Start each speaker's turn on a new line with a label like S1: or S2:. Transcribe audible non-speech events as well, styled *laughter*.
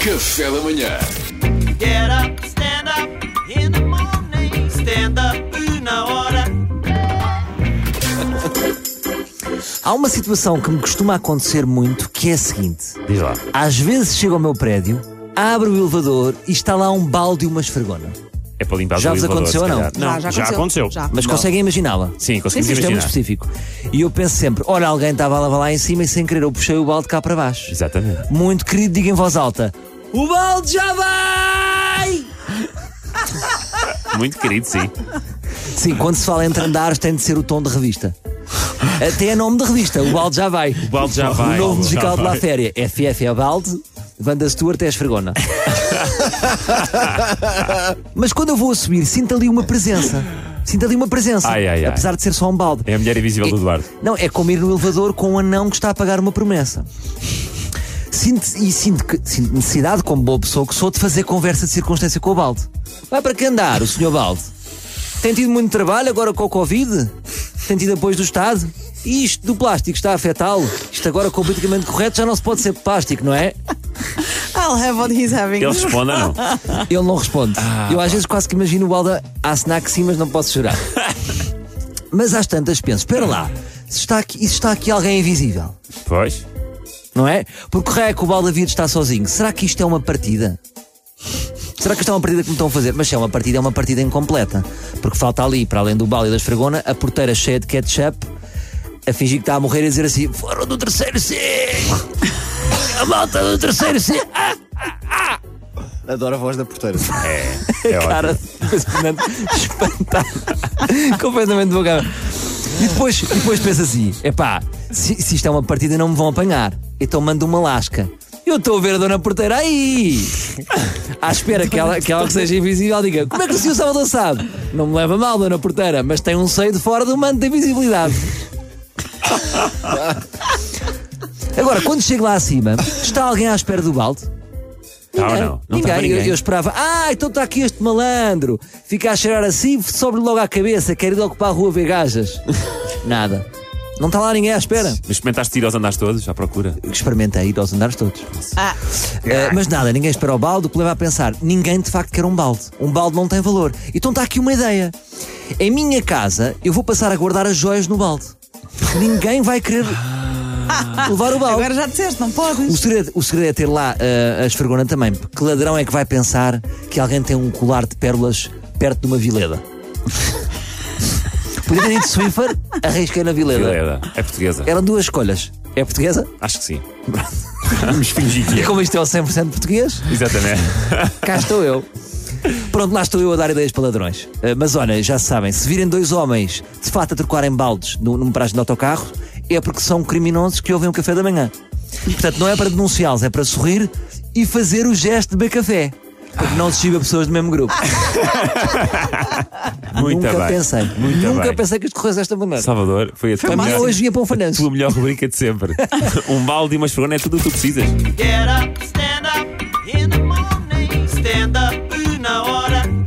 S1: Café da manhã.
S2: Get up, stand up in the morning. Stand up na hora.
S3: Há uma situação que me costuma acontecer muito que é a seguinte:
S4: Diz lá.
S3: às vezes chego ao meu prédio, abro o elevador e está lá um balde e uma esfregona.
S4: É para limpar
S3: Já
S4: o
S3: vos
S4: elevador,
S3: aconteceu
S4: se
S3: ou não?
S4: calhar.
S5: Não, já aconteceu.
S4: Ah,
S5: Já.
S3: Mas conseguem imaginá-la?
S4: Sim, conseguimos
S3: Sim, isto é muito
S4: imaginar.
S3: específico. E eu penso sempre: olha, alguém estava a lavar lá em cima e sem querer eu puxei o balde cá para baixo.
S4: Exatamente.
S3: Muito querido, diga em voz alta: o balde já vai!
S4: Muito querido, sim.
S3: Sim, quando se fala entre andares tem de ser o tom de revista. Até é nome de revista, o balde já vai. O
S4: balde já vai.
S3: O novo
S4: O balde
S3: musical
S4: já
S3: de La
S4: vai.
S3: Féria. FF é balde, Wanda Stewart é
S4: *laughs*
S3: esfregona. Mas quando eu vou a subir, sinto ali uma presença. Sinto ali uma presença.
S4: Ai, ai, ai.
S3: Apesar de ser só um balde.
S4: É a mulher invisível do Eduardo.
S3: Não, é como ir no elevador com um anão que está a pagar uma promessa. Sinto, e sinto, que, sinto necessidade, como boa pessoa que sou, de fazer conversa de circunstância com o balde. Vai para que andar, o senhor balde? Tem tido muito trabalho agora com o Covid? Tem tido apoio do Estado? E isto do plástico está a afetá-lo? Isto agora com o politicamente correto já não se pode ser plástico, não é?
S5: I'll have what he's having.
S4: Ele responde ou não?
S3: Ele não responde. eu às vezes quase que imagino o Alda a assinar que sim, mas não posso chorar. mas às tantas penso, espera lá, se está aqui, e se está aqui alguém invisível?
S4: Pois.
S3: não é? Porque o rei é que o Baldavid está sozinho. Será que isto é uma partida? Será que isto é uma partida que me estão a fazer? Mas se é uma partida, é uma partida incompleta. Porque falta ali, para além do balde e da esfregona, a porteira cheia de ketchup, a fingir que está a morrer e a dizer assim: Foram do terceiro C! *laughs* A malta do terceiro C! Ah,
S6: Adoro a voz da porteira.
S4: É. É ótimo.
S3: cara de *laughs* Luís Fernando espantado, completamente bocado. E depois, e depois pensa assim: epá, se, se isto é uma partida, não me vão apanhar. Então mando uma lasca. Eu estou a ver a Dona Porteira aí! À espera que ela, que ela que seja invisível diga: Como é que o senhor Salvador sabe? Não me leva mal, Dona Porteira, mas tem um seio de fora do manto da invisibilidade. Agora, quando chego lá acima, está alguém à espera do balde?
S4: Está Tá ou não? Não está para
S3: Eu, eu
S4: ninguém.
S3: esperava, ah, então está aqui este malandro, fica a cheirar assim, sobre logo à cabeça, quer ir logo para a rua ver gajas. *laughs* Nada. Não está lá ninguém à espera.
S4: Mas experimentaste ir aos andares todos à procura?
S3: Experimentei ir aos andares todos.
S5: Ah,
S3: Ah, mas nada, ninguém espera o balde, o que leva a pensar, ninguém de facto quer um balde. Um balde não tem valor. Então está aqui uma ideia. Em minha casa, eu vou passar a guardar as joias no balde. Ninguém vai querer levar o balde.
S5: Ah. agora já disseste, não
S3: O
S5: podes.
S3: segredo, o segredo é ter lá ah, a esfregona também. Que ladrão é que vai pensar que alguém tem um colar de pérolas perto de
S5: *laughs*
S3: uma vileda? Podia ter ido Swiffer, arrisquei na vileda.
S4: Vileda. É portuguesa.
S3: Eram duas escolhas. É portuguesa?
S4: Acho que sim. Vamos fingir que
S3: E
S4: é.
S3: como isto é o 100% português,
S4: Exatamente.
S3: cá estou eu. Pronto, lá estou eu a dar ideias para ladrões. Ah, mas olha, já sabem, se virem dois homens de fato a trocarem baldes no- num paragem de autocarro, é porque são criminosos que ouvem o café da manhã. Portanto, não é para denunciá-los, é para sorrir e fazer o gesto de beber café. Porque não se chiba pessoas do mesmo grupo.
S4: Muito
S3: Nunca
S4: bem.
S3: pensei.
S4: Muito
S3: nunca
S4: bem.
S3: pensei que isto corresse desta maneira.
S4: Salvador, foi a tua
S3: Também
S4: melhor,
S3: hoje ia para um falhanço.
S4: tua melhor rubrica
S3: *laughs*
S4: de sempre. um balde e uma esfregona é tudo o que tu precisas.
S2: Get up, stand up in the morning. Stand up na hora.